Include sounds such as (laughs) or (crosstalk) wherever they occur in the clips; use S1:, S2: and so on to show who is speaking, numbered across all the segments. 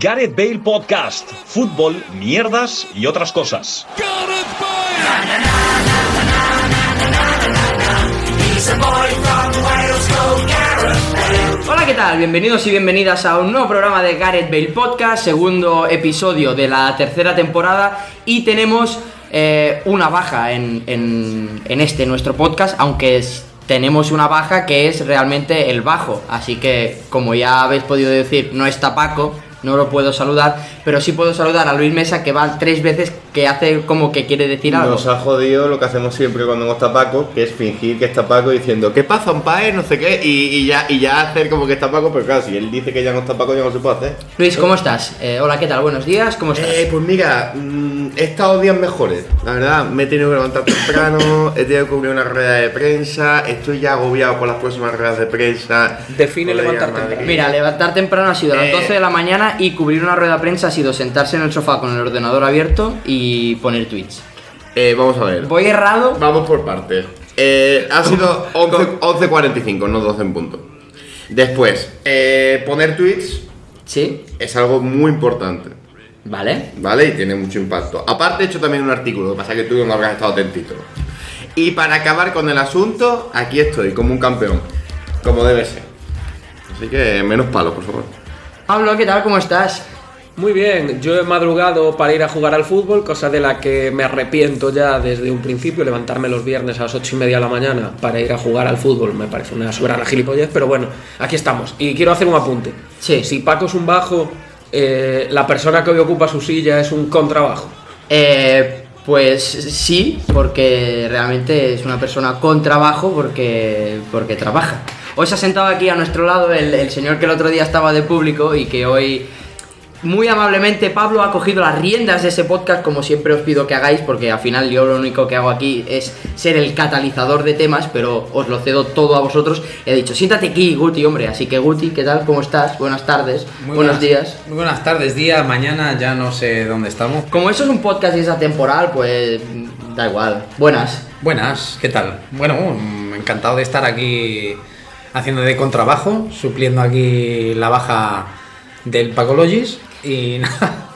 S1: Gareth Bale Podcast, fútbol, mierdas y otras cosas.
S2: Hola, ¿qué tal? Bienvenidos y bienvenidas a un nuevo programa de Gareth Bale Podcast, segundo episodio de la tercera temporada y tenemos eh, una baja en, en- en este nuestro podcast, aunque es- tenemos una baja que es realmente el bajo, así que como ya habéis podido decir, no está Paco. No lo puedo saludar, pero sí puedo saludar a Luis Mesa que va tres veces que hace como que quiere decir algo.
S3: Nos ha jodido lo que hacemos siempre cuando no está Paco, que es fingir que está Paco diciendo ¿Qué pasa, Ampae? No sé qué, y, y ya, y ya hacer como que está Paco, pero claro, si él dice que ya no está Paco, ya no se puede hacer.
S2: Luis, ¿cómo estás? Eh, hola, ¿qué tal? Buenos días, ¿cómo estás?
S3: Eh, pues mira, mm, he estado días mejores, la verdad, me he tenido que levantar temprano, he tenido que cubrir una rueda de prensa, estoy ya agobiado por las próximas ruedas de prensa.
S4: Define
S3: Joder,
S4: levantar
S3: madre.
S4: temprano.
S2: Mira, levantar temprano ha sido a las
S3: Eh.
S2: 12 de la mañana y cubrir una rueda de prensa ha sido sentarse en el sofá con el ordenador abierto y poner tweets.
S3: Eh, vamos a ver,
S2: Voy errado.
S3: Vamos por partes. Eh, ha sido 11 11.45, no 12 en punto. Después, eh, poner tweets
S2: Sí,
S3: es algo muy importante,
S2: vale.
S3: ¿vale? Y tiene mucho impacto. Aparte, he hecho también un artículo, lo que pasa es que tú no habrás estado atentito. Y para acabar con el asunto, aquí estoy, como un campeón, como debe ser. Así que menos palos, por favor.
S2: Pablo, ¿qué tal? ¿Cómo estás?
S4: Muy bien, yo he madrugado para ir a jugar al fútbol, cosa de la que me arrepiento ya desde un principio. Levantarme los viernes a las ocho y media de la mañana para ir a jugar al fútbol me parece una soberana gilipollez, pero bueno, aquí estamos. Y quiero hacer un apunte.
S2: Sí.
S4: Si Paco es un bajo, eh, la persona que hoy ocupa su silla es un contrabajo.
S2: Eh, pues sí, porque realmente es una persona con trabajo porque, porque trabaja. Hoy se ha sentado aquí a nuestro lado el, el señor que el otro día estaba de público y que hoy muy amablemente Pablo ha cogido las riendas de ese podcast como siempre os pido que hagáis porque al final yo lo único que hago aquí es ser el catalizador de temas pero os lo cedo todo a vosotros. He dicho, siéntate aquí Guti, hombre, así que Guti, ¿qué tal? ¿Cómo estás? Buenas tardes,
S5: Muy
S2: buenos
S5: buenas-
S2: días.
S5: Muy buenas tardes, día, mañana, ya no sé dónde estamos.
S2: Como eso es un podcast y es atemporal, pues mm, da igual. Buenas.
S5: Buenas, ¿qué tal? Bueno, mm, encantado de estar aquí haciendo de contrabajo, supliendo aquí la baja del Pacologis y (laughs) nada.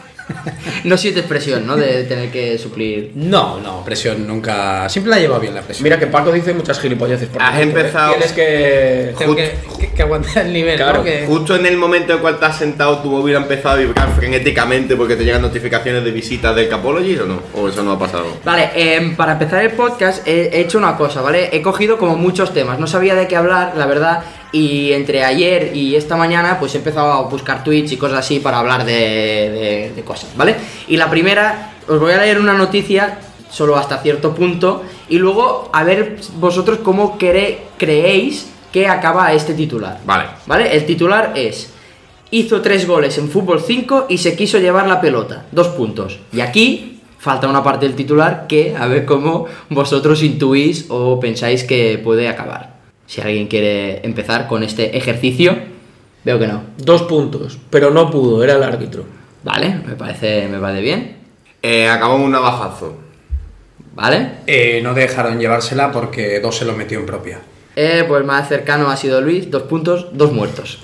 S2: No sientes presión, ¿no? De tener que suplir.
S5: No, no, presión nunca. Siempre la lleva bien la presión.
S4: Mira que Paco dice muchas gilipolleces. por
S2: Ah,
S3: Has
S4: ejemplo, ¿eh?
S3: empezado-
S4: Tienes que...
S5: tengo que, que- que aguantar el nivel,
S4: Claro,
S5: ¿no? Que-
S3: Justo en el momento en el cual te has sentado, tu móvil ha empezado a vibrar frenéticamente porque te llegan notificaciones de visitas del Capology o no? ¿O eso no ha pasado?
S2: Vale, em, para empezar el podcast he, he hecho una cosa, ¿vale? He cogido como muchos temas, no sabía de qué hablar, la verdad, y entre ayer y esta mañana pues he empezado a buscar tweets y cosas así para hablar de, de- de cosas, ¿vale? Y la primera, os voy a leer una noticia, solo hasta cierto punto, y luego a ver vosotros cómo quere- creéis que acaba este titular.
S3: Vale.
S2: ¿Vale? El titular es. Hizo tres goles en fútbol 5 y se quiso llevar la pelota. Dos puntos. Y aquí falta una parte del titular que a ver cómo vosotros intuís o pensáis que puede acabar. Si alguien quiere empezar con este ejercicio, veo que no.
S4: Dos puntos, pero no pudo, era el árbitro.
S2: Vale, me parece, me vale bien.
S3: Eh, acabamos un navajazo.
S2: Vale.
S5: Eh, no dejaron llevársela porque dos se lo metió en propia.
S2: Eh, pues más cercano ha sido Luis, dos puntos, dos muertos.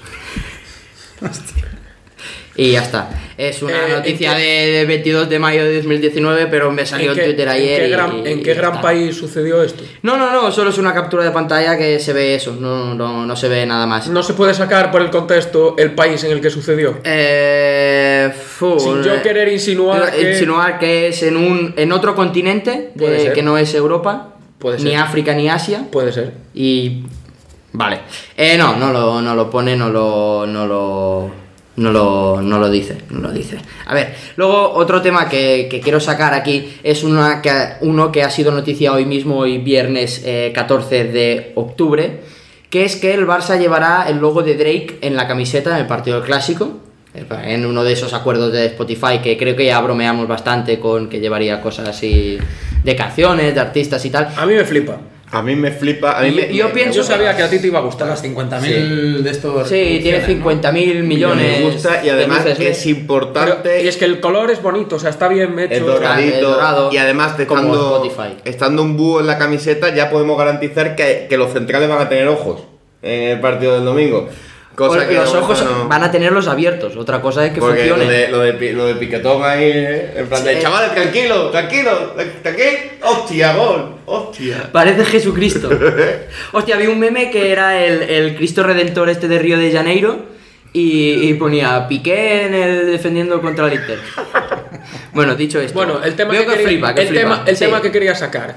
S2: Y ya está. Es una
S4: Eh, ¿en
S2: noticia
S4: qué-
S2: de, de 22 de mayo de 2019, pero me salió en,
S4: qué-
S2: Twitter
S4: en
S2: ayer.
S4: qué
S2: y-
S4: gran-
S2: y
S4: en qué
S2: ya
S4: gran
S2: está.
S4: país sucedió esto?
S2: No, no, no, solo es una captura de pantalla que se ve eso, no, no, no se ve nada más.
S4: No se puede sacar por el contexto el país en el que sucedió.
S2: Eh, fu-
S4: Sin yo querer insinuar que-
S2: Insinuar que es en, un, en otro continente de-
S4: Puede ser.
S2: que no es Europa,
S4: Puede
S2: ni
S4: ser.
S2: África ni Asia.
S4: Puede ser.
S2: Y. Vale. Eh, no, no lo, no lo pone, no lo. No lo. No lo, no lo dice, no lo dice. A ver, luego otro tema que, que quiero sacar aquí es una que, uno que ha sido noticia hoy mismo, hoy viernes eh, 14 de octubre, que es que el Barça llevará el logo de Drake en la camiseta en el partido del clásico, en uno de esos acuerdos de Spotify que creo que ya bromeamos bastante con que llevaría cosas así de canciones, de artistas y tal.
S4: A mí me flipa.
S3: A mí me flipa. A mí
S2: Yo-
S3: me-
S2: yo
S3: me-
S2: pienso-
S4: Yo sabía que a ti te iba a
S5: Hasta
S4: gustar.
S5: las 50.000 de estos.
S2: Sí, tiene 50.000 mil millones.
S3: Me gusta y
S2: de ¿eh?
S3: además
S2: luces LED.
S3: es importante.
S4: Pero- y es que el color es bonito, o sea, está bien hecho.
S3: es
S2: Es
S3: doradito.
S2: dorado,
S3: y además, te
S2: como
S3: estando,
S2: Spotify.
S3: estando un búho en la camiseta, ya podemos garantizar que, que los centrales van a tener ojos en el partido del domingo. Cosa
S2: o-
S3: que
S2: los
S3: de
S2: ojos
S3: momento no-
S2: van a tenerlos abiertos. Otra cosa es que
S3: Porque lo
S2: funcione.
S3: de, lo, de, pi- lo de piquetón ahí, ¿eh? en plan de
S2: Sí.
S3: chavales, tranquilo, tranquilo, tranquilo, hostia, gol, hostia.
S2: Parece
S3: (laughs)
S2: Jesucristo. Hostia, había un meme que era el, el Cristo Redentor este de Río de Janeiro y, y ponía Piqué en el defendiendo contra el
S3: (laughs)
S2: Inter. Bueno, dicho esto.
S4: Bueno, el tema
S2: veo
S4: que,
S2: que,
S4: quería,
S2: flipa, que
S4: el
S2: flipa.
S4: tema, el
S2: Sí.
S4: tema que quería sacar.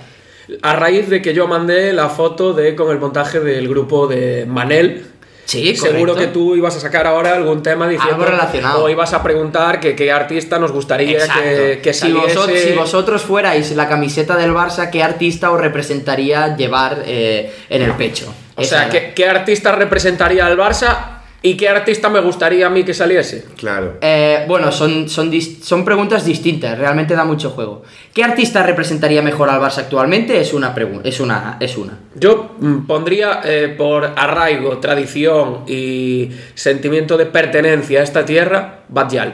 S4: A raíz de que yo mandé la foto de con el montaje del grupo de Manel.
S2: Sí,
S4: seguro
S2: correcto.
S4: que tú ibas a sacar ahora algún tema diciendo
S2: Algo relacionado.
S4: o ibas a preguntar que qué artista nos gustaría
S2: Exacto.
S4: que, que
S2: si,
S4: saliese.
S2: vosot- si vosotros fuerais la camiseta del Barça, ¿qué artista os representaría llevar eh, en el pecho?
S4: o
S2: Esa
S4: sea,
S2: era.
S4: ¿qué, qué artista representaría al Barça y qué artista me gustaría a mí que saliese.
S3: Claro.
S2: Eh, bueno, son, son, dis- son preguntas distintas, realmente da mucho juego. ¿Qué artista representaría mejor al Barça actualmente? Es una pregunta, es una, es una.
S4: Yo mm, pondría eh, por arraigo, tradición y sentimiento de pertenencia a esta tierra, Badial.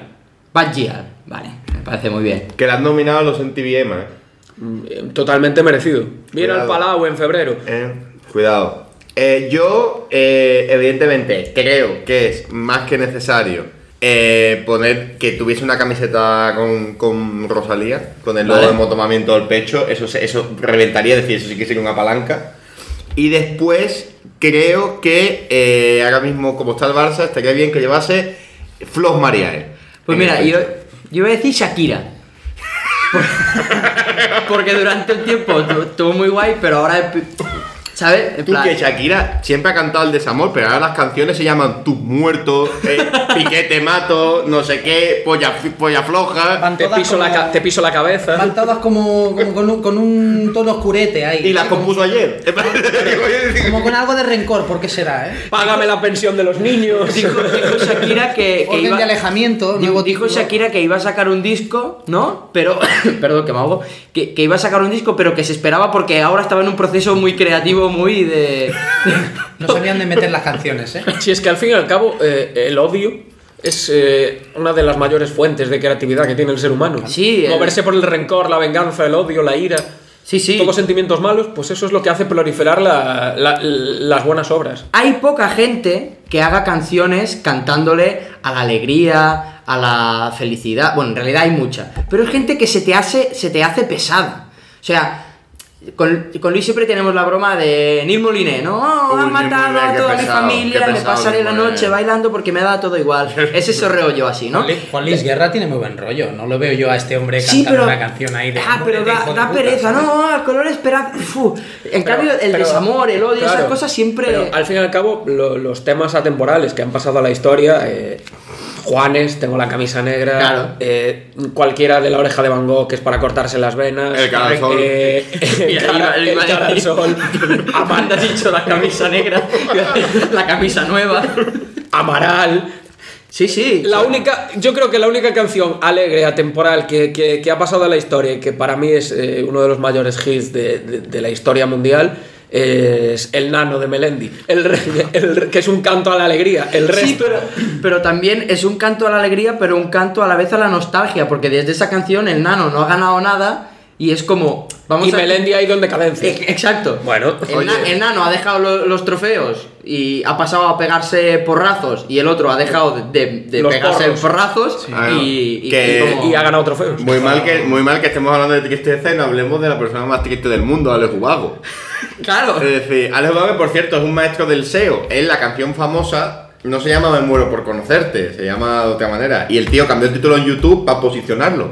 S2: Bad Gyal, vale, me parece muy bien.
S3: Que la han nominado a los NTVM, ¿eh?
S4: Mm, Totalmente merecido. Viene al
S3: Cuidado.
S4: Palau en febrero.
S3: Eh, Cuidado. Eh, yo, eh, evidentemente, creo que es más que necesario eh, poner que tuviese una camiseta con, con Rosalía, con el logo
S2: Vale.
S3: de motomamiento al pecho. Eso, se- eso reventaría, es decir, eso sí que sería una palanca. Y después, creo que eh, ahora mismo, como está el Barça, estaría bien que llevase Flos Mariae.
S2: Pues
S3: En el
S2: mira,
S3: pecho.
S2: yo, yo voy a decir Shakira. (laughs) Por- Porque durante un tiempo tu- estuvo muy guay, pero ahora. ¿Sabes? En
S3: Tú
S2: plan-
S3: que Shakira siempre ha cantado el desamor, pero ahora las canciones se llaman Tus muertos,
S2: (laughs)
S3: eh, Piquete mato, no sé qué, polla, fi- polla floja.
S5: Van
S4: Te
S5: todas
S4: piso, la,
S5: como-
S4: ca- te piso la cabeza.
S5: Van todas como, como con, un, con un tono oscurete ahí.
S3: Y las
S5: como-
S2: (laughs)
S3: compuso ayer.
S5: Como con algo de rencor, ¿por qué será, eh?
S4: Págame la pensión de los niños.
S2: (laughs) Dijo, dijo Shakira que, que
S5: Orden
S2: iba.
S5: de alejamiento,
S2: di-
S5: nuevo
S2: dijo
S5: título.
S2: Shakira que iba a sacar un disco, ¿no? Pero. (coughs) perdón, que me ahogo. Que, que iba a sacar un disco, pero que se esperaba porque ahora estaba en un proceso muy creativo, muy de.
S5: No sabían de meter las
S2: (laughs)
S5: canciones, eh.
S4: Si es que al fin y al cabo eh, el odio es eh, una de las mayores fuentes de creatividad que tiene el ser humano.
S2: Sí, el-
S4: Moverse por el rencor, la venganza, el odio, la ira.
S2: Sí, sí.
S4: Todos sentimientos malos, pues eso es lo que hace proliferar la- la- las buenas obras.
S2: Hay poca gente que haga canciones cantándole a la alegría, a la felicidad. Bueno, en realidad hay mucha. Pero es gente que se te hace, se te hace pesada. O sea, con, con Luis siempre tenemos la broma de Nil Moliné, ¿no? Oh,
S3: Uy,
S2: han
S3: Nil
S2: matado
S3: Moliné,
S2: a
S3: qué
S2: toda
S3: pesado,
S2: mi
S3: qué
S2: familia, me
S3: pesado
S2: pasaré
S3: Nil
S2: la
S3: Moliné".
S2: noche bailando porque me da todo igual. Ese sorreo yo así, ¿no?
S5: Juan Luis- Juan Luis Guerra tiene muy buen rollo. No lo veo yo a este hombre
S2: Sí,
S5: cantando
S2: pero.
S5: una canción ahí de.
S2: ah, pero
S5: de
S2: da,
S5: hijo de
S2: da
S5: puta,
S2: pereza,
S5: ¿sabes?
S2: ¿no? El color esperado. Fu. En
S4: Pero-
S2: cambio, el
S4: pero-
S2: desamor, el odio, esas
S4: claro,
S2: cosas siempre.
S4: pero al fin y al cabo, lo- los temas atemporales que han pasado a la historia. eh, Juanes, tengo la camisa negra.
S2: Claro.
S4: eh, cualquiera de la oreja de Van Gogh, que es para cortarse las venas.
S3: El cara al sol.
S4: eh, (laughs)
S3: (laughs)
S4: el cara- el cara al sol.
S2: (laughs) Amanda ha dicho la camisa negra, (laughs) la camisa nueva.
S4: Amaral.
S2: Sí, sí.
S4: La única, yo creo que la única canción alegre, atemporal, que, que- que ha pasado a la historia y que para mí es eh, uno de los mayores hits de, de- de la historia mundial es El Nano de Melendi, el, re- (laughs) el- que es un canto a la alegría. El resto.
S2: Sí, pero, pero también es un canto a la alegría, pero un canto a la vez a la nostalgia, porque desde esa canción el nano no ha ganado nada y es como. Vamos
S4: y
S2: a-
S4: Melendi ha ido en decadencia.
S2: E- Exacto.
S4: Bueno,
S2: El, na-
S3: oye.
S2: el nano ha dejado lo- los trofeos y ha pasado a pegarse porrazos y el otro ha dejado de, de- de
S4: Los
S2: pegarse
S4: porros.
S2: porrazos
S3: Ah,
S2: y,
S3: no.
S2: y-
S3: Que-
S2: y como-
S4: Eh, y ha ganado trofeos.
S3: Muy mal, que, muy mal que estemos hablando de tristeza y no hablemos de la persona más triste del mundo, Alex Ubago.
S2: Claro.
S4: Eh,
S3: Es decir, Alex Ubago, por cierto, es un maestro del SEO. Él, la canción famosa, no se llama Me muero por conocerte, se llama de otra manera. Y el tío cambió el título en YouTube para posicionarlo.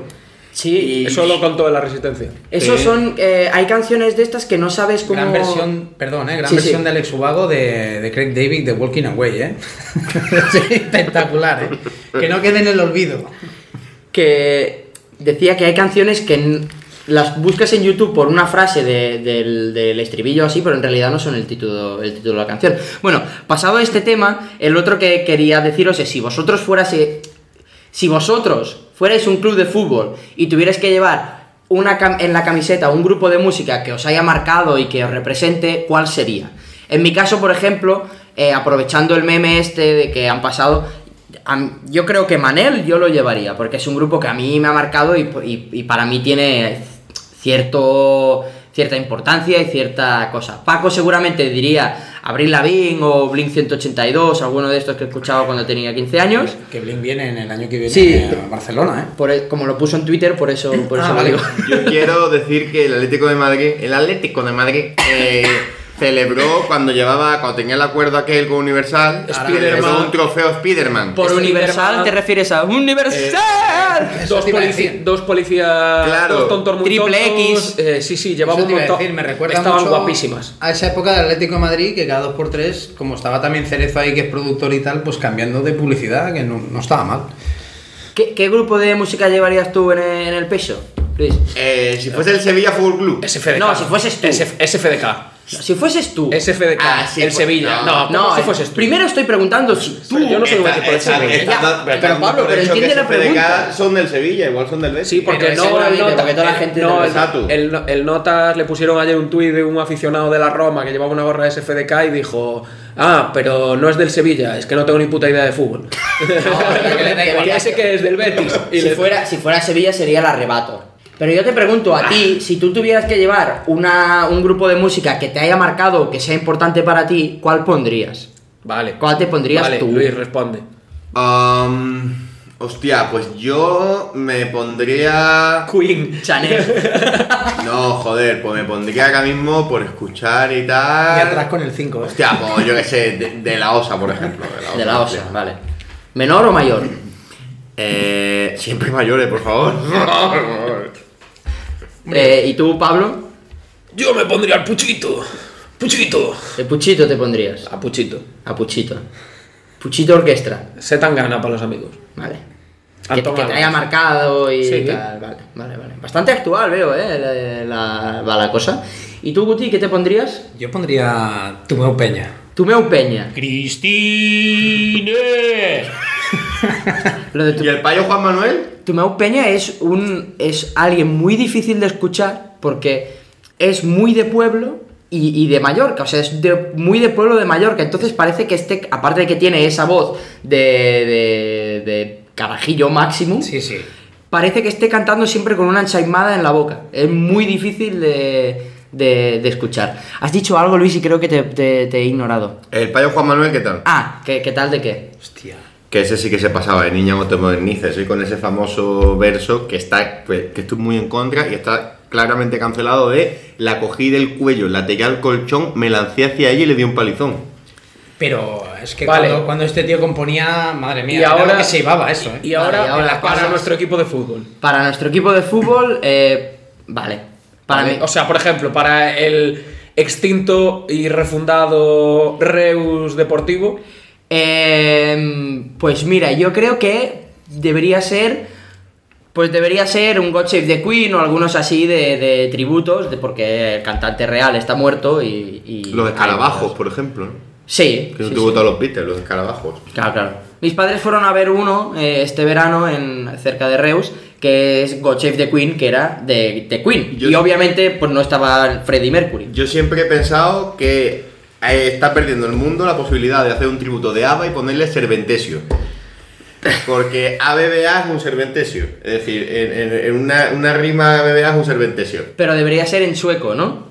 S2: Sí,
S4: Eso lo contó de la resistencia.
S2: Eso
S3: Sí.
S2: son. eh, hay canciones de estas que no sabes cómo.
S5: Gran versión, perdón, eh, gran
S2: Sí, sí.
S5: versión de Alex Ubago de, de Craig David de Walking Away, eh. (laughs) Sí, espectacular, eh. Que no quede en el olvido.
S2: Que decía que hay canciones que n- las buscas en YouTube por una frase de- del, del estribillo así, pero en realidad no son el título, el título de la canción. Bueno, pasado este tema, el otro que quería deciros es: si vosotros fueras. eh, Si vosotros fuerais un club de fútbol y tuvierais que llevar una cam- en la camiseta un grupo de música que os haya marcado y que os represente, ¿cuál sería? En mi caso, por ejemplo, eh, aprovechando el meme este de que han pasado, a m- yo creo que Manel yo lo llevaría, porque es un grupo que a mí me ha marcado y, po- y- y para mí tiene cierto cierta importancia y cierta cosa. Paco seguramente diría Abril Lavigne o Blink 182, alguno de estos que escuchaba cuando tenía 15 años.
S5: Que Blink viene en el año que viene
S2: Sí.
S5: a Barcelona, ¿eh?
S2: Por e- como lo puso en Twitter, por eso, por
S5: Ah,
S2: eso lo
S5: vale.
S2: digo.
S3: Yo quiero decir que el Atlético de Madrid, el Atlético de Madrid, eh, celebró cuando llevaba, cuando tenía el acuerdo aquel con Universal,
S4: Spiderman.
S3: celebró un trofeo Spiderman.
S2: Por
S4: Este
S2: Universal
S4: Spiderman-
S2: te refieres a Universal.
S5: Eso
S4: Dos,
S5: te iba a
S4: polici-
S5: decir.
S4: dos policías,
S3: Claro.
S4: dos tontos muy
S2: Triple X.
S4: tontos. Eh, sí, sí,
S5: Eso
S4: llevaba
S5: te
S4: un
S5: iba a
S4: montón.
S5: decir, me recuerda
S4: Estaban
S5: mucho
S4: guapísimas.
S5: A esa época del Atlético de Madrid, que cada 2x3, como estaba también Cerezo ahí, que es productor y tal, pues cambiando de publicidad, que no, no estaba mal.
S2: Eh, ¿Qué, qué grupo de música llevarías tú en el, en el peso, Luis?
S3: Eh, si fuese el Sevilla Fútbol Club.
S4: SFDK.
S2: No, si fueses tú.
S4: SF SFDK.
S2: Si fueses tú.
S4: SFDK.
S3: Ah, sí,
S4: el
S3: pues,
S4: Sevilla.
S3: no.
S4: No,
S2: no,
S4: si
S2: eh,
S4: fueses tú.
S2: primero estoy preguntando si tú.
S4: Pero yo no soy un
S3: Está-
S4: equipo del
S3: está-
S4: Sevilla.
S3: está-
S2: Ya,
S3: está-
S2: pero
S3: está-
S2: Pablo,
S3: por
S2: pero
S3: hecho que
S2: entiende la
S3: ese CDK
S2: pregunta.
S3: Son del Sevilla, igual son del Betis.
S4: Sí, porque
S2: Pero
S4: no, el
S2: seguramente,
S4: nota,
S2: porque toda la gente
S4: no,
S2: del
S4: el,
S3: Satu.
S4: el- el Notas le pusieron ayer un tuit de un aficionado de la Roma que llevaba una gorra de SFDK y dijo, ah, pero no es del Sevilla, es que no tengo ni puta idea de fútbol.
S2: pero
S4: (laughs)
S2: (laughs) que le da igual.
S4: ya sé que es del
S2: (laughs)
S4: Betis. Y
S2: si,
S4: le-
S2: fuera, si fuera Sevilla sería el arrebato. Pero yo te pregunto a ti, si tú tuvieras que llevar una, un grupo de música que te haya marcado o que sea importante para ti, ¿cuál pondrías?
S4: Vale,
S2: ¿Cuál te pondrías
S4: vale,
S2: tú?
S4: Luis responde.
S3: Um, hostia, pues yo me pondría.
S4: Queen.
S2: Chanel.
S3: No, joder, pues me pondría acá mismo por escuchar y tal.
S5: Y atrás con el 5, ¿eh?
S3: Hostia, pues yo qué sé, de, de la osa, por ejemplo. De la osa.
S2: De la OSA, vale. ¿Menor o mayor?
S3: Eh, (laughs) siempre mayores, por favor.
S2: Eh, ¿Y tú, Pablo?
S4: Yo me pondría al Puchito. Puchito.
S2: ¿De Puchito te pondrías?
S4: A Puchito.
S2: A Puchito. Puchito Orquestra.
S4: Se tan gana para los amigos.
S2: Vale. Que,
S4: Antón
S2: que te
S4: Álvarez.
S2: haya marcado y
S4: Sí.
S2: tal. Vale, vale, vale. Bastante actual veo, ¿eh? La, la- va la cosa. ¿Y tú, Guti, qué te pondrías?
S5: Yo pondría Tumeu Peña.
S2: Tumeu Peña. (laughs) Lo de
S3: ¿Y
S2: tu,
S3: el payo Juan Manuel?
S2: Tumeu Peña es un es alguien muy difícil de escuchar porque es muy de pueblo y, y de Mallorca, o sea, es de- muy de pueblo de Mallorca, entonces parece que este, aparte de que tiene esa voz de, de, de carajillo máximo,
S5: Sí, sí.
S2: parece que esté cantando siempre con una ensaimada en la boca. Es muy difícil de, de- de escuchar. Has dicho algo, Luis, y creo que te, te- te he ignorado.
S3: ¿El payo Juan Manuel qué tal?
S2: Ah, ¿qué, qué tal de qué?
S5: Hostia.
S3: Que ese sí que se pasaba de niña no te modernices, y con ese famoso verso que está pues, que que estoy muy en contra y está claramente cancelado de la cogí del cuello, la pegué al colchón, me lancé hacia ella y le di un palizón.
S5: Pero es que
S4: Vale.
S5: cuando, cuando este tío componía, madre mía,
S4: Y
S5: era
S4: ahora-
S5: lo que se llevaba eso, ¿eh?
S4: Y
S2: Vale,
S4: ahora,
S2: y ahora
S4: para
S2: pasas.
S4: nuestro equipo de fútbol.
S2: Para nuestro equipo de fútbol, eh, vale. Para mí,
S4: O sea, por ejemplo, para el extinto y refundado Reus Deportivo,
S2: Em, pues mira, yo creo que debería ser. Pues debería ser un God Save the Queen o algunos así de, de tributos, de, porque el cantante real está muerto y. y-
S3: Los escarabajos, por ejemplo, ¿no?
S2: Sí.
S3: que no
S2: sí,
S3: tuvo
S2: sí.
S3: todos los Beatles, los escarabajos.
S2: Claro, claro. Mis padres fueron a ver uno eh, este verano en cerca de Reus, que es God Save the Queen, que era de, de Queen.
S3: Yo-
S2: y obviamente, pues no estaba Freddie Mercury.
S3: Yo siempre he pensado que eh, está perdiendo el mundo la posibilidad de hacer un tributo de ABBA y ponerle Serventesio. Porque ABBA es un Serventesio. Es decir, en, en- en una, una rima ABBA es un Serventesio.
S2: Pero debería ser en sueco, ¿no?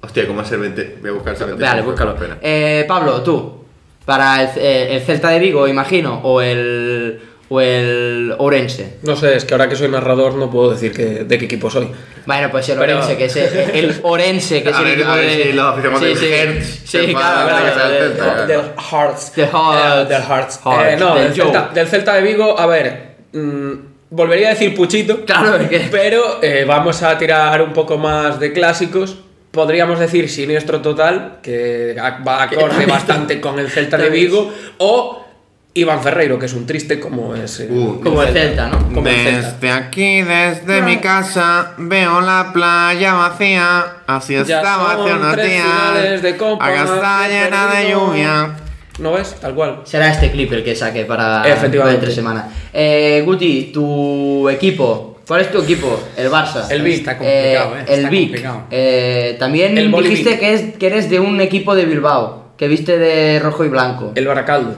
S3: Hostia, ¿cómo es Serventesio? Voy a buscar Serventesio.
S2: Vale, búscalo.
S3: Espera.
S2: Eh, Pablo, tú, para el, eh, el Celta de Vigo, imagino, o el, o el Orense.
S4: no sé, es que ahora que soy narrador no puedo decir que- de qué equipo soy.
S2: Bueno, pues el
S4: Pero-
S2: Orense, que es el,
S3: (laughs)
S2: el Orense, que es
S3: A
S2: el
S3: ver,
S2: equipo
S3: a ver
S2: de...
S3: si los aficionados del Hertz
S2: Sí,
S3: se
S2: claro,
S3: van a ver
S2: claro,
S3: que es el
S2: Ah, de-
S3: Celta. Claro.
S4: Del Hearts.
S2: Del Hearts.
S4: Eh, del Hearts.
S2: Hearts,
S4: Eh, no,
S2: del
S4: del Celta,
S2: Joe.
S4: del Celta de Vigo, a ver, mm, volvería a decir Puchito.
S2: Claro, es que-
S4: Pero eh, vamos a tirar un poco más de clásicos. Podríamos decir Siniestro Total, que a- va acorde bastante con el Celta de Vigo. O Iván Ferreiro, que es un triste como es. eh,
S3: Uh,
S2: Como el Celta, ¿no?
S4: como el Celta.
S6: Desde aquí, desde mi casa, veo la playa vacía. Así
S4: Ya
S6: estaba hace
S4: son
S6: unos
S4: tres
S6: días.
S4: finales de Copa,
S6: Acá está
S4: que he
S6: llena de
S4: perdido.
S6: lluvia.
S4: ¿No ves? Tal cual.
S2: Será este clip el que saque para
S4: Efectivamente.
S2: entre semana. Eh, Guti, tu equipo. ¿Cuál es tu equipo? El Barça.
S4: El Vic.
S5: Está complicado,
S2: Eh,
S5: ¿eh?
S2: El
S5: Está
S2: Vic.
S5: complicado.
S2: Eh, también
S4: El Boli
S2: dijiste
S4: Vic.
S2: que, es- que eres de un equipo de Bilbao, que viste de rojo y blanco.
S4: El Baracaldo.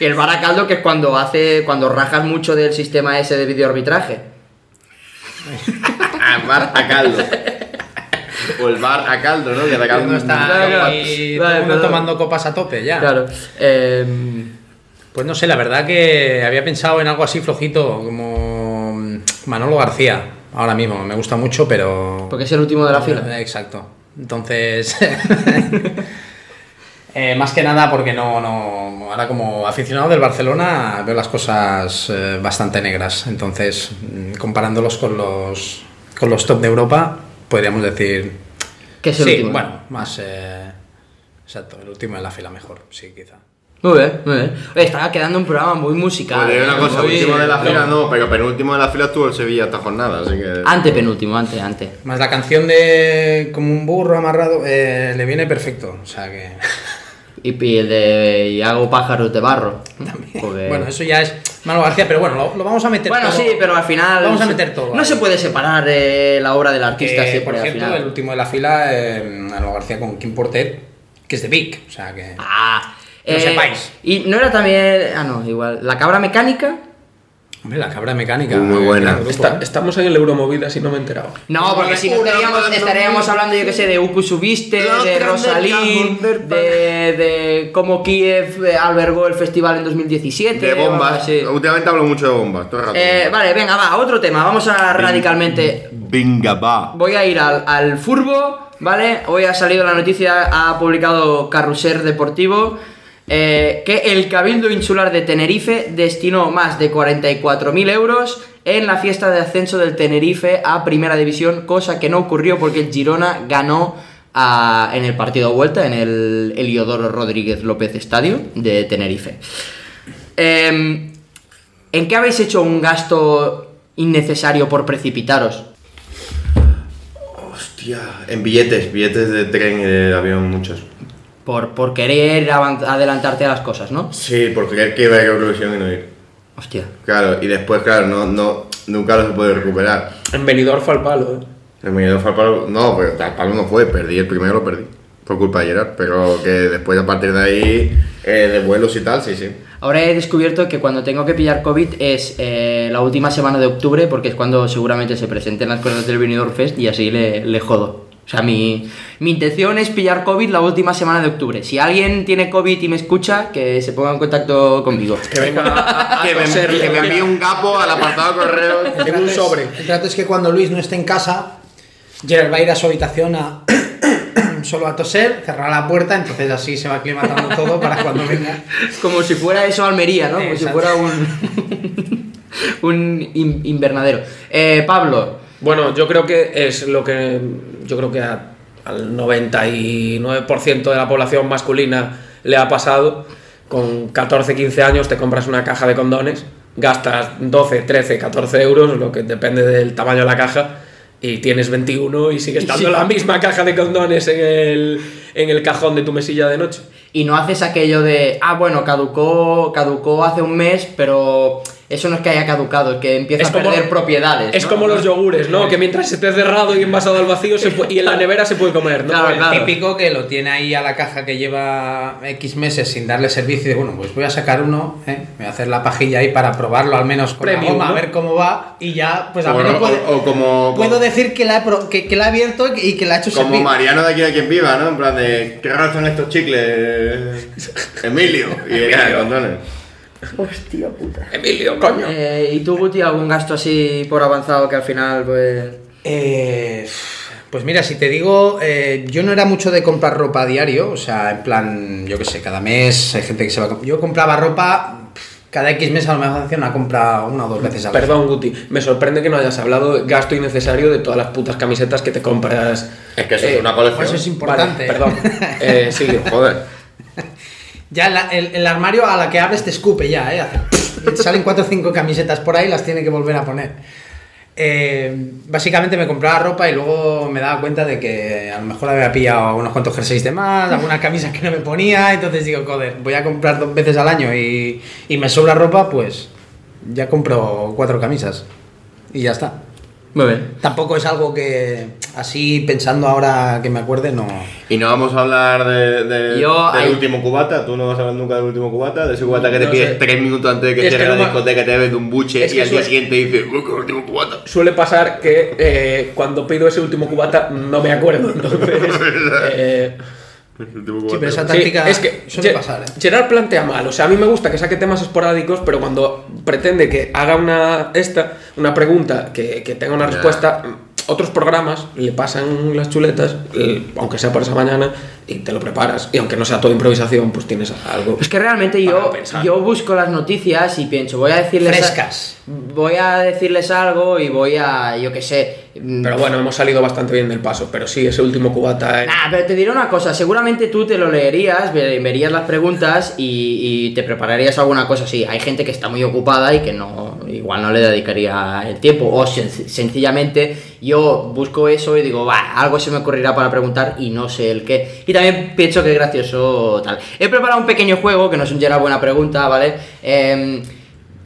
S2: Y el Baracaldo, que es cuando hace. cuando rajas mucho del sistema
S3: ah,
S2: ese de videoarbitraje.
S3: Amar a caldo. O el bar a caldo, ¿no? Que te
S5: Cuando
S3: caldo
S5: está
S2: Claro, claro.
S5: ahí todo el mundo
S2: Claro.
S5: tomando copas a tope ya.
S2: Claro. Eh,
S5: Pues no sé, la verdad que había pensado en algo así flojito, como Manolo García, ahora mismo. Me gusta mucho, pero.
S2: porque es el último de la fila.
S5: eh, Exacto. Entonces. (laughs) eh, más que nada porque no, no. Ahora, como aficionado del Barcelona, veo las cosas eh, bastante negras. Entonces, mm, comparándolos con los, con los top de Europa, podríamos decir.
S2: Que es el
S5: sí,
S2: último.
S5: bueno, más. eh, exacto, el último de la fila mejor, sí, quizá.
S2: Muy bien, muy bien. Oye, estaba quedando un programa muy musical.
S3: Pues
S2: eh,
S3: digo una cosa,
S2: muy-
S3: último de la fila no, pero penúltimo de la fila estuvo el Sevilla esta jornada, así que.
S2: Ante penúltimo, ante, ante.
S5: Más la canción de como un burro amarrado eh, le viene perfecto. O sea que.
S2: Y, y el de y hago pájaros de barro. Porque-
S5: Bueno, eso ya es Manolo García, pero bueno, lo, lo vamos a meter
S2: Bueno,
S5: todo.
S2: sí, pero al final.
S5: Vamos a
S2: se-
S5: meter todo.
S2: No
S5: ahí.
S2: se puede separar eh, la obra del
S5: Que,
S2: artista siempre
S5: por
S2: al
S5: cierto,
S2: final.
S5: el último de la fila, eh, Manolo García con Kim Portet, que es de Vic. O sea que.
S2: Ah,
S5: Lo sepáis.
S2: Y no era también. Ah, no, igual. La cabra mecánica.
S5: Hombre, la cabra mecánica.
S3: Muy
S5: eh,
S3: buena.
S5: qué grupo,
S4: Está-
S5: eh.
S4: estamos en el Euromovida, si no me he enterado.
S2: No, porque si no
S3: Una
S2: estaríamos,
S3: mano
S2: estaríamos hablando, yo que sé, de Uku Subiste,
S3: La
S2: de
S3: grande
S2: Rosalín,
S3: cajón del
S2: de, de cómo Kiev eh, albergó el festival en 2017.
S3: De
S2: o algo
S3: bombas.
S2: así.
S3: Últimamente hablo mucho de bombas, todo el rato.
S2: Eh, vale, venga, va, otro tema. Vamos a radicalmente.
S3: Venga, va.
S2: Voy a ir al, al Furbo, ¿vale? Hoy ha salido la noticia, ha publicado Carrusel Deportivo, eh, que el Cabildo Insular de Tenerife destinó más de 44.000 euros en la fiesta de ascenso del Tenerife a Primera División, cosa que no ocurrió porque el Girona ganó a- en el partido de vuelta en el Eliodoro Rodríguez López Estadio de Tenerife. Em, ¿En qué habéis hecho un gasto innecesario por precipitaros?
S3: Hostia, en billetes, billetes de tren y de avión, muchos.
S2: Por, por querer avan- adelantarte a las cosas, ¿no?
S3: Sí, por creer que iba a ir a Eurovisión y no ir.
S2: Hostia.
S3: Claro, y después, claro, no, no, nunca lo se puede recuperar.
S4: En Benidorm fue al palo, ¿eh?
S3: El Miguel fue al palo. No, pero al palo no fue, perdí, el primero lo perdí. Por culpa de Gerard, pero que después a partir de ahí, eh, de vuelos y tal, sí, sí.
S2: Ahora he descubierto que cuando tengo que pillar COVID es eh, la última semana de octubre porque es cuando seguramente se presenten las cosas del Benidorm Fest y así le, le jodo. O sea, mi, mi intención es pillar COVID la última semana de octubre. Si alguien tiene COVID y me escucha, que se ponga en contacto conmigo.
S4: Que venga a, a
S3: que, me,
S4: toserle,
S3: que me
S4: venga.
S3: envíe un gapo al apartado de correo.
S5: El trato es- El trato es que cuando Luis no esté en casa, Gerard va a ir a su habitación a (coughs) solo a toser, cerrar la puerta, entonces así se va aclimatando todo para cuando venga.
S2: Como si fuera eso Almería, ¿no? Como si
S5: Exacto.
S2: fuera un, (laughs) un in- invernadero. Eh, Pablo,
S4: Bueno, yo creo que es lo que. Yo creo que a- al 99% de la población masculina le ha pasado. Con 14, 15 años te compras una caja de condones, gastas 12, 13, 14 euros, lo que depende del tamaño de la caja, y tienes 21 y sigue estando la misma caja de condones en el, en el cajón de tu mesilla de noche.
S2: y no haces aquello de, ah, bueno, caducó, caducó hace un mes, pero eso no es que haya caducado, es que empieza a perder propiedades.
S4: Es
S2: ¿no?
S4: como los yogures, ¿no? Que mientras esté cerrado y envasado al vacío se pu- y en la nevera se puede comer, ¿no?
S2: Claro,
S4: Pues,
S2: claro.
S5: (laughs) Típico que lo tiene ahí a la caja que lleva X meses sin darle servicio y de, bueno, pues voy a sacar uno, ¿eh? voy a hacer la pajilla ahí para probarlo al menos con la
S4: Premium,
S5: goma,
S4: ¿no?
S5: a ver cómo va y ya, pues a
S3: O,
S5: ver,
S3: o- o como,
S5: puedo decir que la, he pro- que, que la he abierto y que la ha hecho
S3: como
S5: servir.
S3: Mariano de aquí a quien viva, ¿no? En plan de, ¿qué raros son estos chicles? Emilio. Y de condones.
S4: Emilio, coño.
S2: Eh, ¿Y tú, Guti, algún gasto así por avanzado que al final, pues...
S5: Eh, pues mira, si te digo, eh, yo no era mucho de comprar ropa a diario, o sea, en plan, yo qué sé, cada mes hay gente que se va a comp- Yo compraba ropa pff, cada X mes a lo mejor hacía una compra una o dos veces al mes.
S4: Perdón, Guti, me sorprende que no hayas hablado de gasto innecesario de todas las putas camisetas que te compras.
S3: Es que eso
S4: Eh,
S3: es una colección.
S5: Pues eso es importante.
S4: Vale,
S2: (laughs)
S4: perdón. Eh, sigue.
S3: Joder.
S5: Ya la- el, el armario a la que abres te escupe ya, ¿eh? Hace- salen cuatro o cinco camisetas por ahí, las tiene que volver a poner. Eh, básicamente me compraba ropa y luego me daba cuenta de que a lo mejor había pillado unos cuantos jerseys de más, algunas camisas que no me ponía, entonces digo, joder, voy a comprar dos veces al año y, y me sobra ropa, pues ya compro cuatro camisas y ya está.
S2: Muy bien.
S5: Tampoco es algo que así pensando ahora que me acuerde, no.
S3: Y no vamos a hablar de, de-
S2: Yo
S3: del
S2: ahí-
S3: último cubata. Tú no vas a hablar nunca del último cubata. De ese cubata que te
S4: No
S3: pides
S4: sé.
S3: tres minutos antes de que
S4: Es
S3: cierre
S4: que
S3: la
S4: no me-
S3: discoteca, te bebes de un buche
S4: Es
S3: y
S4: que
S3: al día
S4: suele-
S3: siguiente dices, "Uy, con el último cubata.
S4: Suele pasar que eh, cuando pido ese último cubata no me acuerdo, entonces. eh,
S3: El último
S5: Sí, pero esa
S4: Sí,
S5: táctica
S4: es que
S5: suele
S4: Ge-
S5: pasar, ¿eh?
S4: Gerard plantea mal. O sea, a mí me gusta que saque temas esporádicos, pero cuando pretende que haga una esta, una pregunta que, que tenga una
S3: Ya.
S4: respuesta, otros programas le pasan las chuletas, eh, aunque sea por esa mañana, y te lo preparas. Y aunque no sea toda improvisación, pues tienes algo.
S2: Es que realmente
S4: Para
S2: yo,
S4: pensar.
S2: yo busco las noticias y pienso, voy a decirles. a-
S5: Frescas.
S2: voy a decirles algo y voy a, yo qué sé. mm,
S4: Pero bueno, hemos salido bastante bien del paso. Pero sí, ese último cubata. eh,
S2: Nah, pero te diré una cosa, seguramente tú te lo leerías, ve- verías las preguntas y, y te prepararías alguna cosa así. Hay gente que está muy ocupada y que no, igual no le dedicaría el tiempo. O sen- sencillamente yo busco eso y digo, va, algo se me ocurrirá para preguntar y no sé el qué. Y también pienso que es gracioso tal. He preparado un pequeño juego, que no es un Gerard buena pregunta, ¿vale? Em,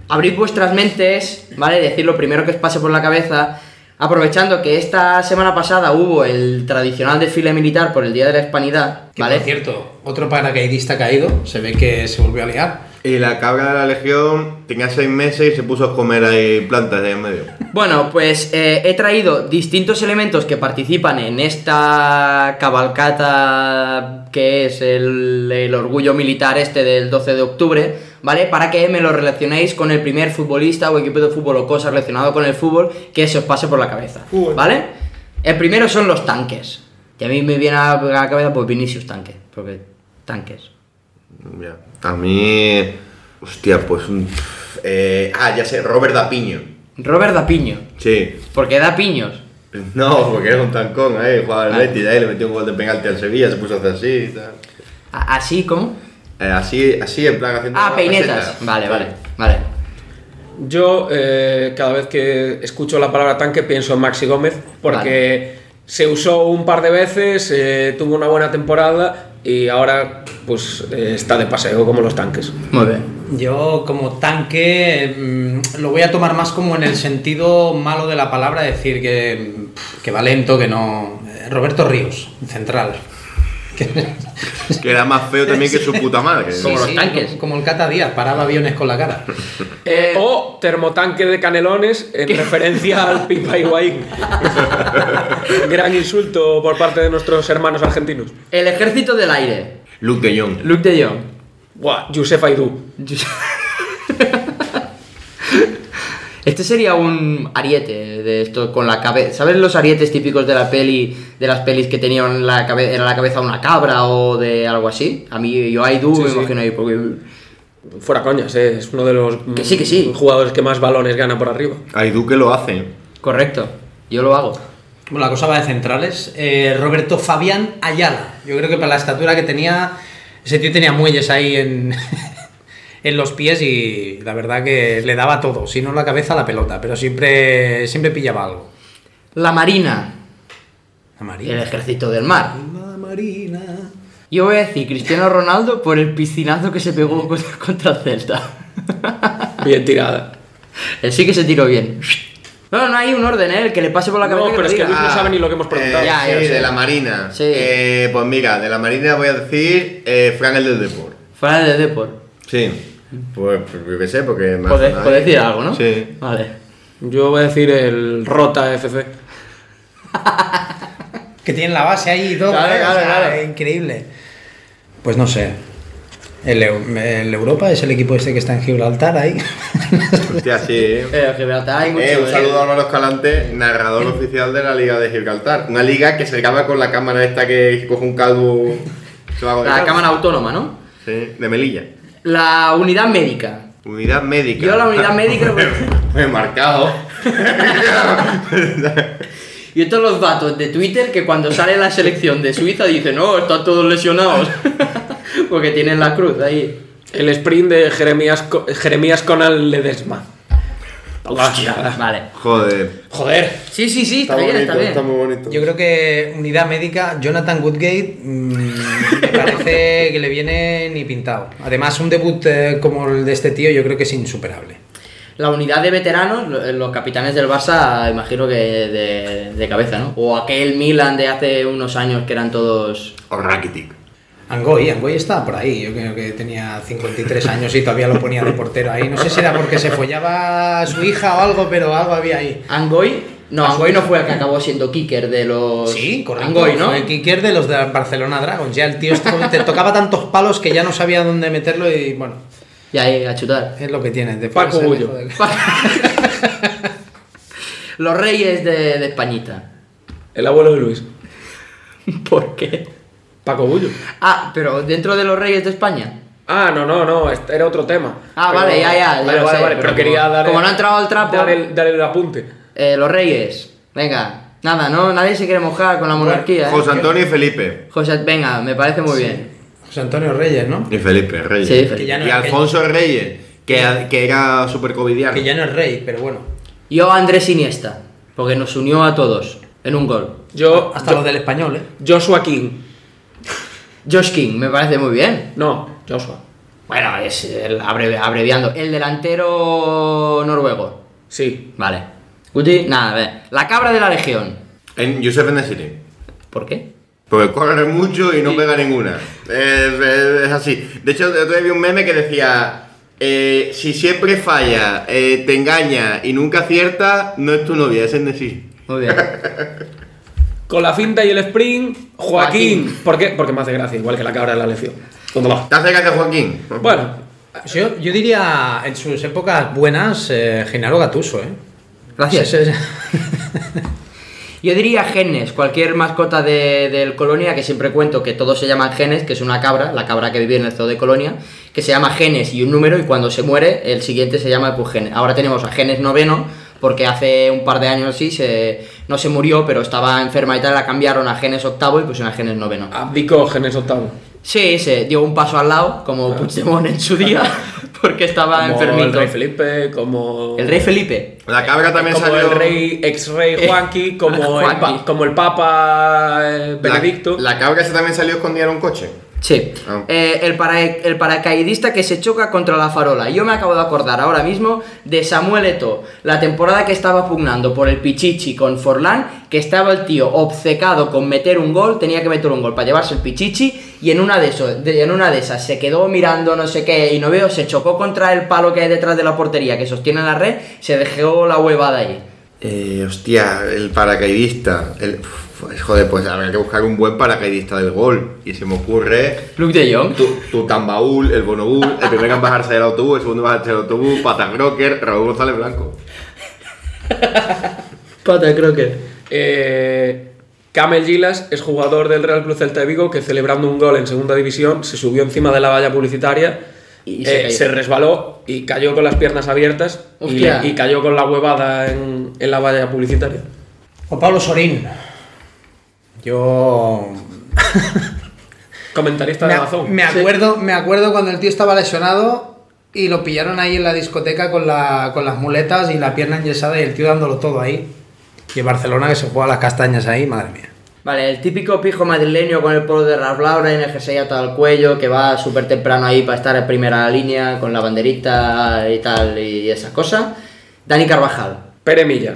S2: abrid vuestras mentes, ¿vale? Decir lo primero que os pase por la cabeza. Aprovechando que esta semana pasada hubo el tradicional desfile militar por el Día de la Hispanidad,
S5: Que,
S2: ¿vale?
S5: Por cierto, otro paracaidista caído, se ve que se volvió a liar.
S3: Y la cabra de la legión tenía seis meses y se puso a comer ahí plantas de en medio.
S2: Bueno, pues eh, he traído distintos elementos que participan en esta cabalcata que es el, el orgullo militar este del 12 de octubre, ¿vale? Para que me lo relacionéis con el primer futbolista o equipo de fútbol o cosa relacionado con el fútbol que se os pase por la cabeza,
S5: Fútbol.
S2: ¿vale? El primero son los tanques. Y a mí me viene a la cabeza pues Vinicius Tanque, porque tanques.
S3: Ya. A mí. Hostia, pues. un- eh, ah, ya sé, Robert Dapiño.
S2: Robert da piño,
S3: Sí.
S2: porque da piños.
S3: No, porque era un tancón, eh. Jugaba al
S2: Ah.
S3: Betis, ahí le metió un gol de penalti al Sevilla, se puso a hacer así y tal.
S2: A- Así como...
S3: Eh, así, así, en plan haciendo.
S2: Ah,
S3: una
S2: peinetas.
S3: peseta.
S2: Vale, vale, vale.
S4: Yo eh, cada vez que escucho la palabra tanque pienso en Maxi Gómez porque se usó un par de veces, eh, tuvo una buena temporada y ahora pues eh, está de paseo como los tanques.
S2: Muy bien.
S5: Yo como tanque mm, lo voy a tomar más como en el sentido malo de la palabra, decir que, mm, pf, que va lento, que no... Eh, Roberto Ríos, central.
S3: Que era más feo también que su puta madre.
S2: Como los tanques.
S5: Como, como el Cata Díaz, paraba aviones con la cara.
S2: Eh,
S4: o termotanque de canelones en referencia
S2: (laughs)
S4: al Pipa Higuaín. Gran insulto por parte de nuestros hermanos argentinos.
S2: El ejército del aire.
S3: Luke de Jong.
S2: Luke de Jong.
S4: Buah, Josef Aidú.
S2: Este sería un ariete de esto con la cabeza. ¿Sabes los arietes típicos de la peli, de las pelis que tenían la cabeza, era la cabeza una cabra o de algo así? A mí yo ahí tú
S4: Sí,
S2: me
S4: sí.
S2: imagino ahí porque
S4: Fuera coñas, eh, es uno de los
S2: Que sí, que sí.
S4: jugadores que más balones gana por arriba.
S3: Ay, Duque lo hace.
S2: correcto. Yo lo hago.
S5: Bueno, la cosa va de centrales. Eh, Roberto Fabián Ayala. Yo creo que para la estatura que tenía, ese tío tenía muelles ahí en, (laughs) en los pies y la verdad que le daba todo. Si no la cabeza, la pelota. Pero siempre, siempre pillaba algo.
S2: La marina,
S5: La
S2: el
S5: Marina.
S2: ejército del mar.
S5: La Marina.
S2: Yo voy a decir Cristiano Ronaldo por el piscinazo que se pegó (laughs) contra, contra el Celta.
S4: Bien tirada.
S2: Él sí que se tiró bien. No, no hay un orden, ¿eh? El que le pase por la
S4: No,
S2: cabeza.
S4: pero
S2: lo
S4: es que
S2: diga.
S4: Luis no sabe ni lo que hemos preguntado.
S3: Eh,
S2: Ya,
S3: sí,
S2: ya lo sé.
S3: de la Marina.
S2: Sí.
S3: Eh, pues mira, de la Marina voy a decir eh, Fran el del Depor.
S2: Fuera de Depor.
S3: Sí. Pues, pues yo qué sé, porque me ha
S2: Puedes,
S3: sonado
S2: puedes
S3: ahí.
S2: decir algo, ¿no?
S3: Sí.
S2: Vale.
S4: Yo voy a decir el Rota FC.
S5: Que tiene la base ahí y todo.
S2: Claro,
S5: ¿eh? O
S2: claro,
S5: sea,
S2: claro.
S5: Increíble. Pues no sé. El, Eu- el Europa es el equipo este que está en
S2: (laughs)
S5: Gibraltar ahí.
S3: Hostia, sí. eh.
S2: Eh, Gibraltar hay (laughs) mucho.
S3: Eh, un
S2: eh.
S3: saludo a Álvaro Escalante, narrador oficial de la Liga de Gibraltar. Una liga que se graba con la cámara esta que coge un calvo. se va con el
S2: La
S3: calvo.
S2: cámara autónoma, ¿no?
S3: Sí, de Melilla.
S2: La unidad médica.
S3: Unidad médica.
S2: Yo la unidad médica.
S3: (laughs) Me he marcado.
S2: Y estos los datos de Twitter que cuando sale la selección de Suiza dicen, no, están todos lesionados. (laughs) Porque tienen la cruz ahí.
S4: El sprint de Jeremías, Co- Jeremías Conal Ledesma.
S2: Vale.
S3: Joder.
S4: Joder.
S2: Sí, sí, sí, está, bien, está bien.
S3: bonito.
S5: Yo creo que unidad médica, Jonathan Woodgate, mm, me parece que le viene ni pintado. Además, un debut eh, como el de este tío, yo creo que es insuperable.
S2: La unidad de veteranos, lo- eh, los capitanes del Barça, imagino que de, de cabeza, ¿no? O aquel Milan de hace unos años que eran todos.
S3: O Rakitic.
S5: Angoy, Angoy estaba por ahí. Yo creo que tenía 53 años y todavía lo ponía de portero ahí. No sé si era porque se follaba a su hija o algo, pero algo había ahí.
S2: Angoy. No, Angoy no fue el que acabó siendo kicker de los.
S5: Sí, correcto.
S2: Angoy, ¿no?
S5: Fue el kicker eh, de los de Barcelona Dragons. Ya el tío esto- te (laughs) tocaba tantos palos que ya no sabía dónde meterlo y bueno,
S2: Y ahí, a chutar. (laughs)
S5: es lo que tiene. te
S4: Paco
S5: pones el
S4: Bullo.
S5: hijo de-
S2: los reyes de, de Españita.
S5: (laughs)
S4: El abuelo de Luis.
S2: ¿Por qué?
S4: Paco Bullo.
S2: Ah, pero dentro de los reyes de España.
S4: Ah, no, no, no, este era otro tema.
S2: Ah,
S4: Pero-
S2: vale, ya, ya, ya
S4: Vale,
S2: lo
S4: vale,
S2: sé,
S4: vale, pero
S2: pero
S4: quería
S2: como-
S4: dar.
S2: como no ha entrado al trapo-
S4: Dar el, dar el apunte.
S2: Eh, los reyes. Venga, nada, no, nadie se quiere mojar con la monarquía. ¿eh?
S3: José Antonio y Felipe.
S2: José, venga, me parece muy bien.
S5: José Antonio Reyes, ¿no?
S3: Y Felipe, Reyes.
S2: Sí, Felipe.
S5: Que ya no
S3: y
S5: era
S3: Alfonso Reyes, que, que era super covidiano.
S5: Que ya no es rey, pero bueno.
S2: Yo Andrés Iniesta, porque nos unió a todos en un gol.
S4: Yo.
S5: Hasta
S4: yo-
S5: los del español, ¿eh?
S4: Joshua King.
S2: Josh King, me parece muy bien.
S4: No, Joshua.
S2: Bueno, es el abre- abreviando. El delantero noruego.
S4: Sí.
S2: Vale. Guti, nada, a ver. La cabra de la legión.
S3: En Joseph Nesiri.
S2: ¿Por qué?
S3: Porque corre mucho y no pega ninguna. Es, es- es así. De hecho, el otro día vi un meme que decía: eh, Si siempre falla, eh, te engaña y nunca acierta, no es tu novia, es en sí.
S2: Muy bien.
S4: Con la finta y el sprint, Joaquín.
S2: Joaquín.
S4: ¿Por qué? Porque me hace gracia, igual que la cabra de la lección. Tómala.
S3: ¿Te hace gracia, Joaquín?
S4: Bueno,
S5: Pues yo, yo diría en sus épocas buenas, eh, Genaro Gatuso, ¿eh?
S2: Gracias.
S5: Ese- ese-
S2: Yo diría genes, cualquier mascota de- del Colonia, que siempre cuento que todos se llaman genes, que es una cabra, la cabra que vivía en el zoo de Colonia, que se llama genes y un número, y cuando se muere, el siguiente se llama pues, genes. Ahora tenemos a genes noveno, porque hace un par de años sí, se, no se murió, pero estaba enferma y tal, la cambiaron a genes octavo y pusieron a genes noveno.
S4: abdicó Genes octavo.
S2: Sí, se dio un paso al lado, como Puigdemont en su día, (laughs) porque estaba
S4: Ah. Como el
S2: Ah, enfermito.
S4: rey Felipe, como.
S2: El rey Felipe.
S3: La cabra también
S4: como
S3: salió.
S4: el rey, ex rey
S2: Eh,
S4: Juanqui, como, el,
S2: Juanqui.
S4: pa- como el papa eh,
S3: la,
S4: Benedicto.
S3: la cabra esa también salió escondida en un coche.
S2: Sí,
S3: Ah.
S2: Eh, el, para- el paracaidista que se choca contra la farola. Yo me acabo de acordar ahora mismo de Samuel Eto, la temporada que estaba pugnando por el Pichichi con Forlán, que estaba el tío obcecado con meter un gol, tenía que meter un gol para llevarse el Pichichi, y en una de, eso, de- en una de esas se quedó mirando no sé qué, y no veo, se chocó contra el palo que hay detrás de la portería que sostiene la red, se dejó la huevada ahí.
S3: Eh, hostia, el paracaidista. El, pues, joder, pues habrá que buscar un buen paracaidista del gol. Y se me ocurre.
S2: Luke de Jong.
S3: Tu, tu tambaúl, el bonobúl, el primero en bajarse del autobús, el segundo en bajarse del autobús, Pata Crocker, Raúl González Blanco.
S2: Pata Crocker.
S4: Eh, Camel Gilas es jugador del Real Club Celta de Vigo que celebrando un gol en segunda división se subió encima de la valla publicitaria,
S2: Y se
S4: eh,
S2: cayó.
S4: resbaló y cayó con las piernas abiertas y,
S2: Hostia.
S4: le- y cayó con la huevada en, en la valla publicitaria.
S5: O Pablo Sorín. Yo.
S4: Comentarista
S5: Me,
S4: de
S5: a-
S4: Amazon.
S5: me acuerdo, me acuerdo cuando el tío estaba lesionado y lo pillaron ahí en la discoteca con, la, con las muletas y la pierna enyesada y el tío dándolo todo ahí. Y en Barcelona que se juega las castañas ahí, madre mía.
S2: Vale, el típico pijo madrileño con el polo de Ralph Lauren, el jersey atado al cuello, que va súper temprano ahí para estar en primera línea con la banderita y tal y esas cosas. Dani Carvajal.
S4: Pere Milla.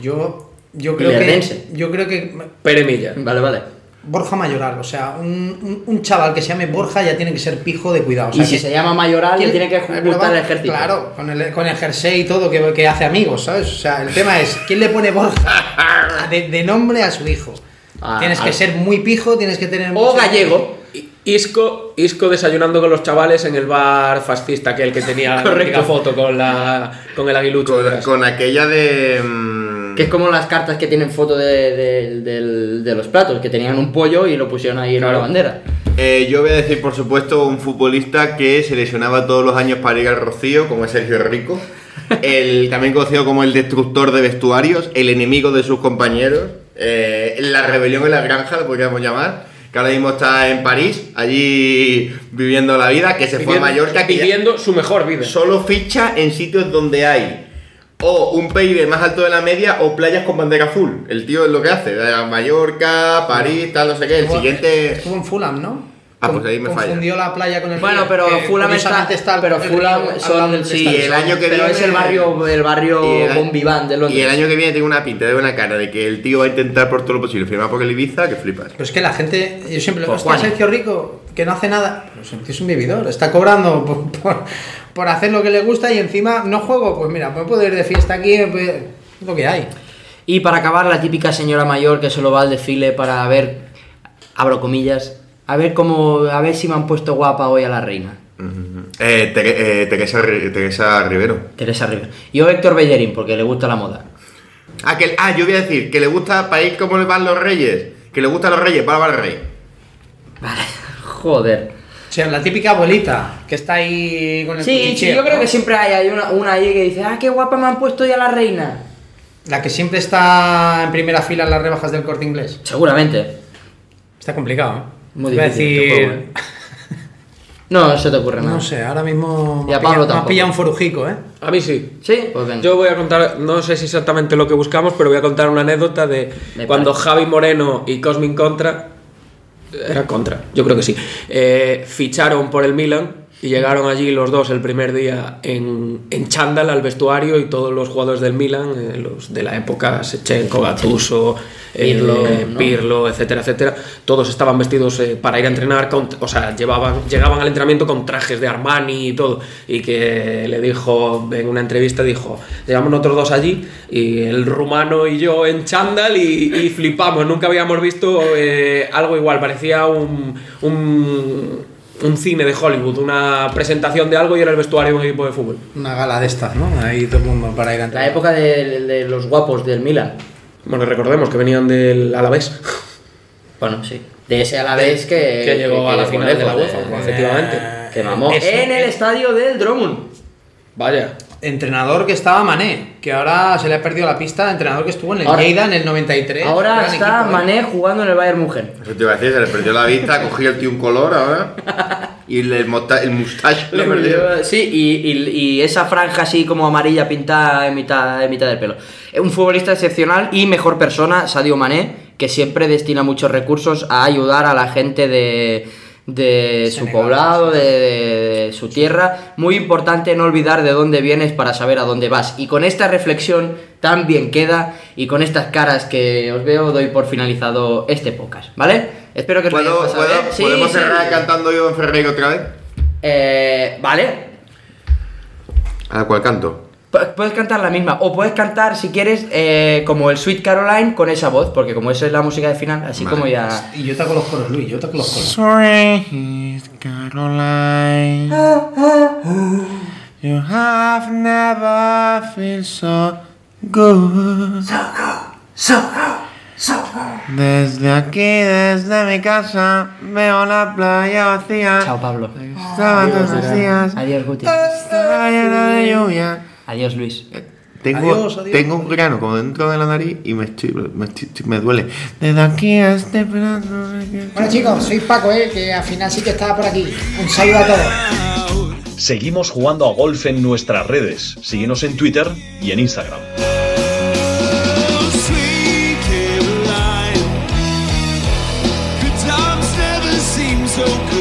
S5: Yo, yo creo que.
S2: Ilerdense.
S5: Yo creo que.
S4: Pere Milla.
S2: Vale, vale.
S5: Borja Mayoral, o sea, un, un- un chaval que se llame Borja ya tiene que ser pijo de cuidado. o
S2: y
S5: sea,
S2: si
S5: que-
S2: se llama Mayoral, le tiene que
S5: Eh, pero
S2: gustar
S5: va-
S2: el ejército.
S5: Claro, con el, con el jersey y todo, que, que hace amigos, ¿sabes? O sea, el tema es, ¿quién le pone Borja
S2: (laughs)
S5: de, de nombre a su hijo?
S2: Ah,
S5: tienes que
S2: al-
S5: ser muy pijo, tienes que tener...
S2: O
S5: mucho-
S2: gallego.
S4: I- Isco, Isco desayunando con los chavales en el bar fascista, que el que tenía la
S2: Correcto.
S4: típica foto con, la, con el aguilucho.
S3: Con,
S4: detrás.
S3: con aquella de. mm,
S2: Que es como las cartas que tienen foto de, de- del- de los platos, que tenían un pollo y lo pusieron ahí en
S4: Claro.
S2: una bandera.
S3: eh, yo voy a decir, por supuesto, un futbolista que se lesionaba todos los años para ir al Rocío, como es Sergio Rico. El, también conocido como el destructor de vestuarios, el enemigo de sus compañeros, eh, la rebelión en la granja, lo podríamos llamar, que ahora mismo está en París, allí viviendo la vida, que se fue a Mallorca, que ya-
S4: Viviendo su mejor vida.
S3: Solo ficha en sitios donde hay o un PIB más alto de la media o playas con bandera azul. El tío es lo que hace. eh, Mallorca, París, tal, no sé qué. El
S5: Estuvo-
S3: siguiente.
S5: Estuvo en Fulham, ¿no?
S3: Ah, pues ahí me falla.
S5: Confundió la playa con el
S2: Bueno,
S5: río,
S2: pero
S5: que
S2: Fulham está,
S5: curiosamente está el-
S2: pero
S5: el río
S2: Fulham
S5: al
S2: son
S5: lado del
S2: sí,
S5: estadio.
S3: el año que
S2: pero
S3: viene-
S2: es el barrio el
S3: Y
S2: barrio
S3: el año-
S2: Bombi Band de Londres.
S3: Y el año que viene tengo una pinta, tengo una cara de que el tío va a intentar por todo lo posible firmar por el Ibiza, que flipas.
S5: Pero es que la gente, yo siempre,
S2: Pues
S5: hostia,
S2: Juan.
S5: Sergio Rico, que no hace nada, pero Sergio es un vividor, está cobrando por, por- por hacer lo que le gusta y encima no juego, pues mira, me puedo ir de fiesta aquí, me puedo- es lo que hay.
S2: Y para acabar, la típica señora mayor que solo va al desfile para ver, abro comillas, a ver cómo, a ver si me han puesto guapa hoy a la reina.
S3: Ujú. Eh, Tere- eh, Teresa, Ri- Teresa Rivero.
S2: Teresa Rivera. Yo Héctor Bellerín, porque le gusta la moda. (laughs)
S3: Ah, que, ah, yo voy a decir que le gusta país como le van los reyes. Que le gusta a los reyes, para el rey.
S2: Vale, joder.
S5: O sea, la típica abuelita que está ahí con el
S2: Sí, sí,
S5: cuchicheo,
S2: yo creo
S5: ¿no?
S2: que siempre hay, hay una, una ahí que dice, ah, qué guapa me han puesto hoy a la reina.
S5: La que siempre está en primera fila en las rebajas del corte inglés.
S2: Seguramente.
S5: Está complicado, ¿eh?
S2: Muy
S5: Iba a
S2: difícil
S5: decir-
S2: este juego, ¿eh? No, no se te ocurre nada.
S5: No sé, ahora mismo
S2: Y a
S5: me ha
S2: Pablo
S5: pillado- me ha
S2: tampoco.
S5: pillado un forujico, ¿eh?
S4: A mí sí.
S2: ¿Sí? Pues venga.
S4: Yo voy a contar, no sé si exactamente lo que buscamos, pero voy a contar una anécdota de
S2: Me
S4: cuando
S2: parece.
S4: Javi Moreno y Cosmin Contra, eh, era Contra, yo creo que sí, eh, ficharon por el Milan y llegaron allí los dos el primer día en, en chándal al vestuario y todos los jugadores del Milan, eh, los de la época, Sechenko, Gattuso, eh,
S2: Pirlo, ¿no?
S4: Pirlo, etcétera, etcétera, todos estaban vestidos eh, para ir a entrenar, con- o sea, llevaban, llegaban al entrenamiento con trajes de Armani y todo, y que le dijo, en una entrevista dijo, llegamos nosotros dos allí, y el rumano y yo en chándal, y, y flipamos, nunca habíamos visto eh, algo igual, parecía un... un un cine de Hollywood, una presentación de algo y era el vestuario de un equipo de fútbol.
S5: Una gala de estas, ¿no? Ahí todo el mundo para ir a
S2: La época de, de los guapos del Milan.
S4: Bueno, recordemos que venían del Alavés.
S2: Bueno, sí. De ese a la vez que,
S4: que llegó a la final de la UEFA,
S2: de-
S4: efectivamente.
S2: que mamó.
S5: Eh, Eso.
S2: en el estadio del Drummond.
S4: Vaya.
S5: Entrenador que estaba Mané, que ahora se le ha perdido la pista. Entrenador que estuvo en el
S2: Ahora-
S5: Lleida en el 93.
S2: Ahora
S5: Gran
S2: está
S5: equipo, ¿eh?
S2: Mané jugando en el Bayern Múnich.
S3: Eso te iba a decir, se le perdió la vista, (laughs) cogió el tío un color ahora. Y el, mota- el mustache lo perdió.
S2: Sí, y, y- y esa franja así como amarilla pintada en mitad, en mitad del pelo. Es un futbolista excepcional y mejor persona, Sadio Mané, que siempre destina muchos recursos a ayudar a la gente de, de su
S5: Senegal,
S2: poblado, de, de- de su tierra. Muy importante no olvidar de dónde vienes para saber a dónde vas. Y con esta reflexión tan bien queda y con estas caras que os veo, doy por finalizado este podcast, ¿vale? Espero que os lo hayáis
S3: ¿Puedo-
S2: pasado
S3: puedo-
S2: bien. Sí,
S3: ¿Podemos
S2: sí.
S3: cerrar cantando yo en Ferreiro otra vez?
S2: Eh, vale,
S3: ¿A cuál canto?
S2: Pu- Puedes cantar la misma, o puedes cantar si quieres eh, como el Sweet Caroline con esa voz, porque como esa es la música de final, así
S3: Vale.
S2: como ya.
S5: Y yo te hago los coros, Luis, yo te hago los coros.
S6: Sweet Caroline, you have never felt so good. Desde aquí, desde mi casa, veo la playa vacía.
S2: Chao, Pablo.
S6: Estaban todos los días.
S2: Adiós, Guti.
S6: Estaba llena de lluvia.
S2: Adiós, Luis.
S3: Tengo,
S5: Adiós, adiós.
S3: tengo un grano como dentro de la nariz y me, estoy- me, estoy- me duele.
S6: Desde aquí a este pedazo de que-
S7: Bueno chicos, soy Paco, eh, que al final sí que estaba por aquí. Un saludo a todos.
S1: Seguimos jugando a golf en nuestras redes. Síguenos en Twitter y en Instagram.
S8: Sweet Caroline, good times never seem so good.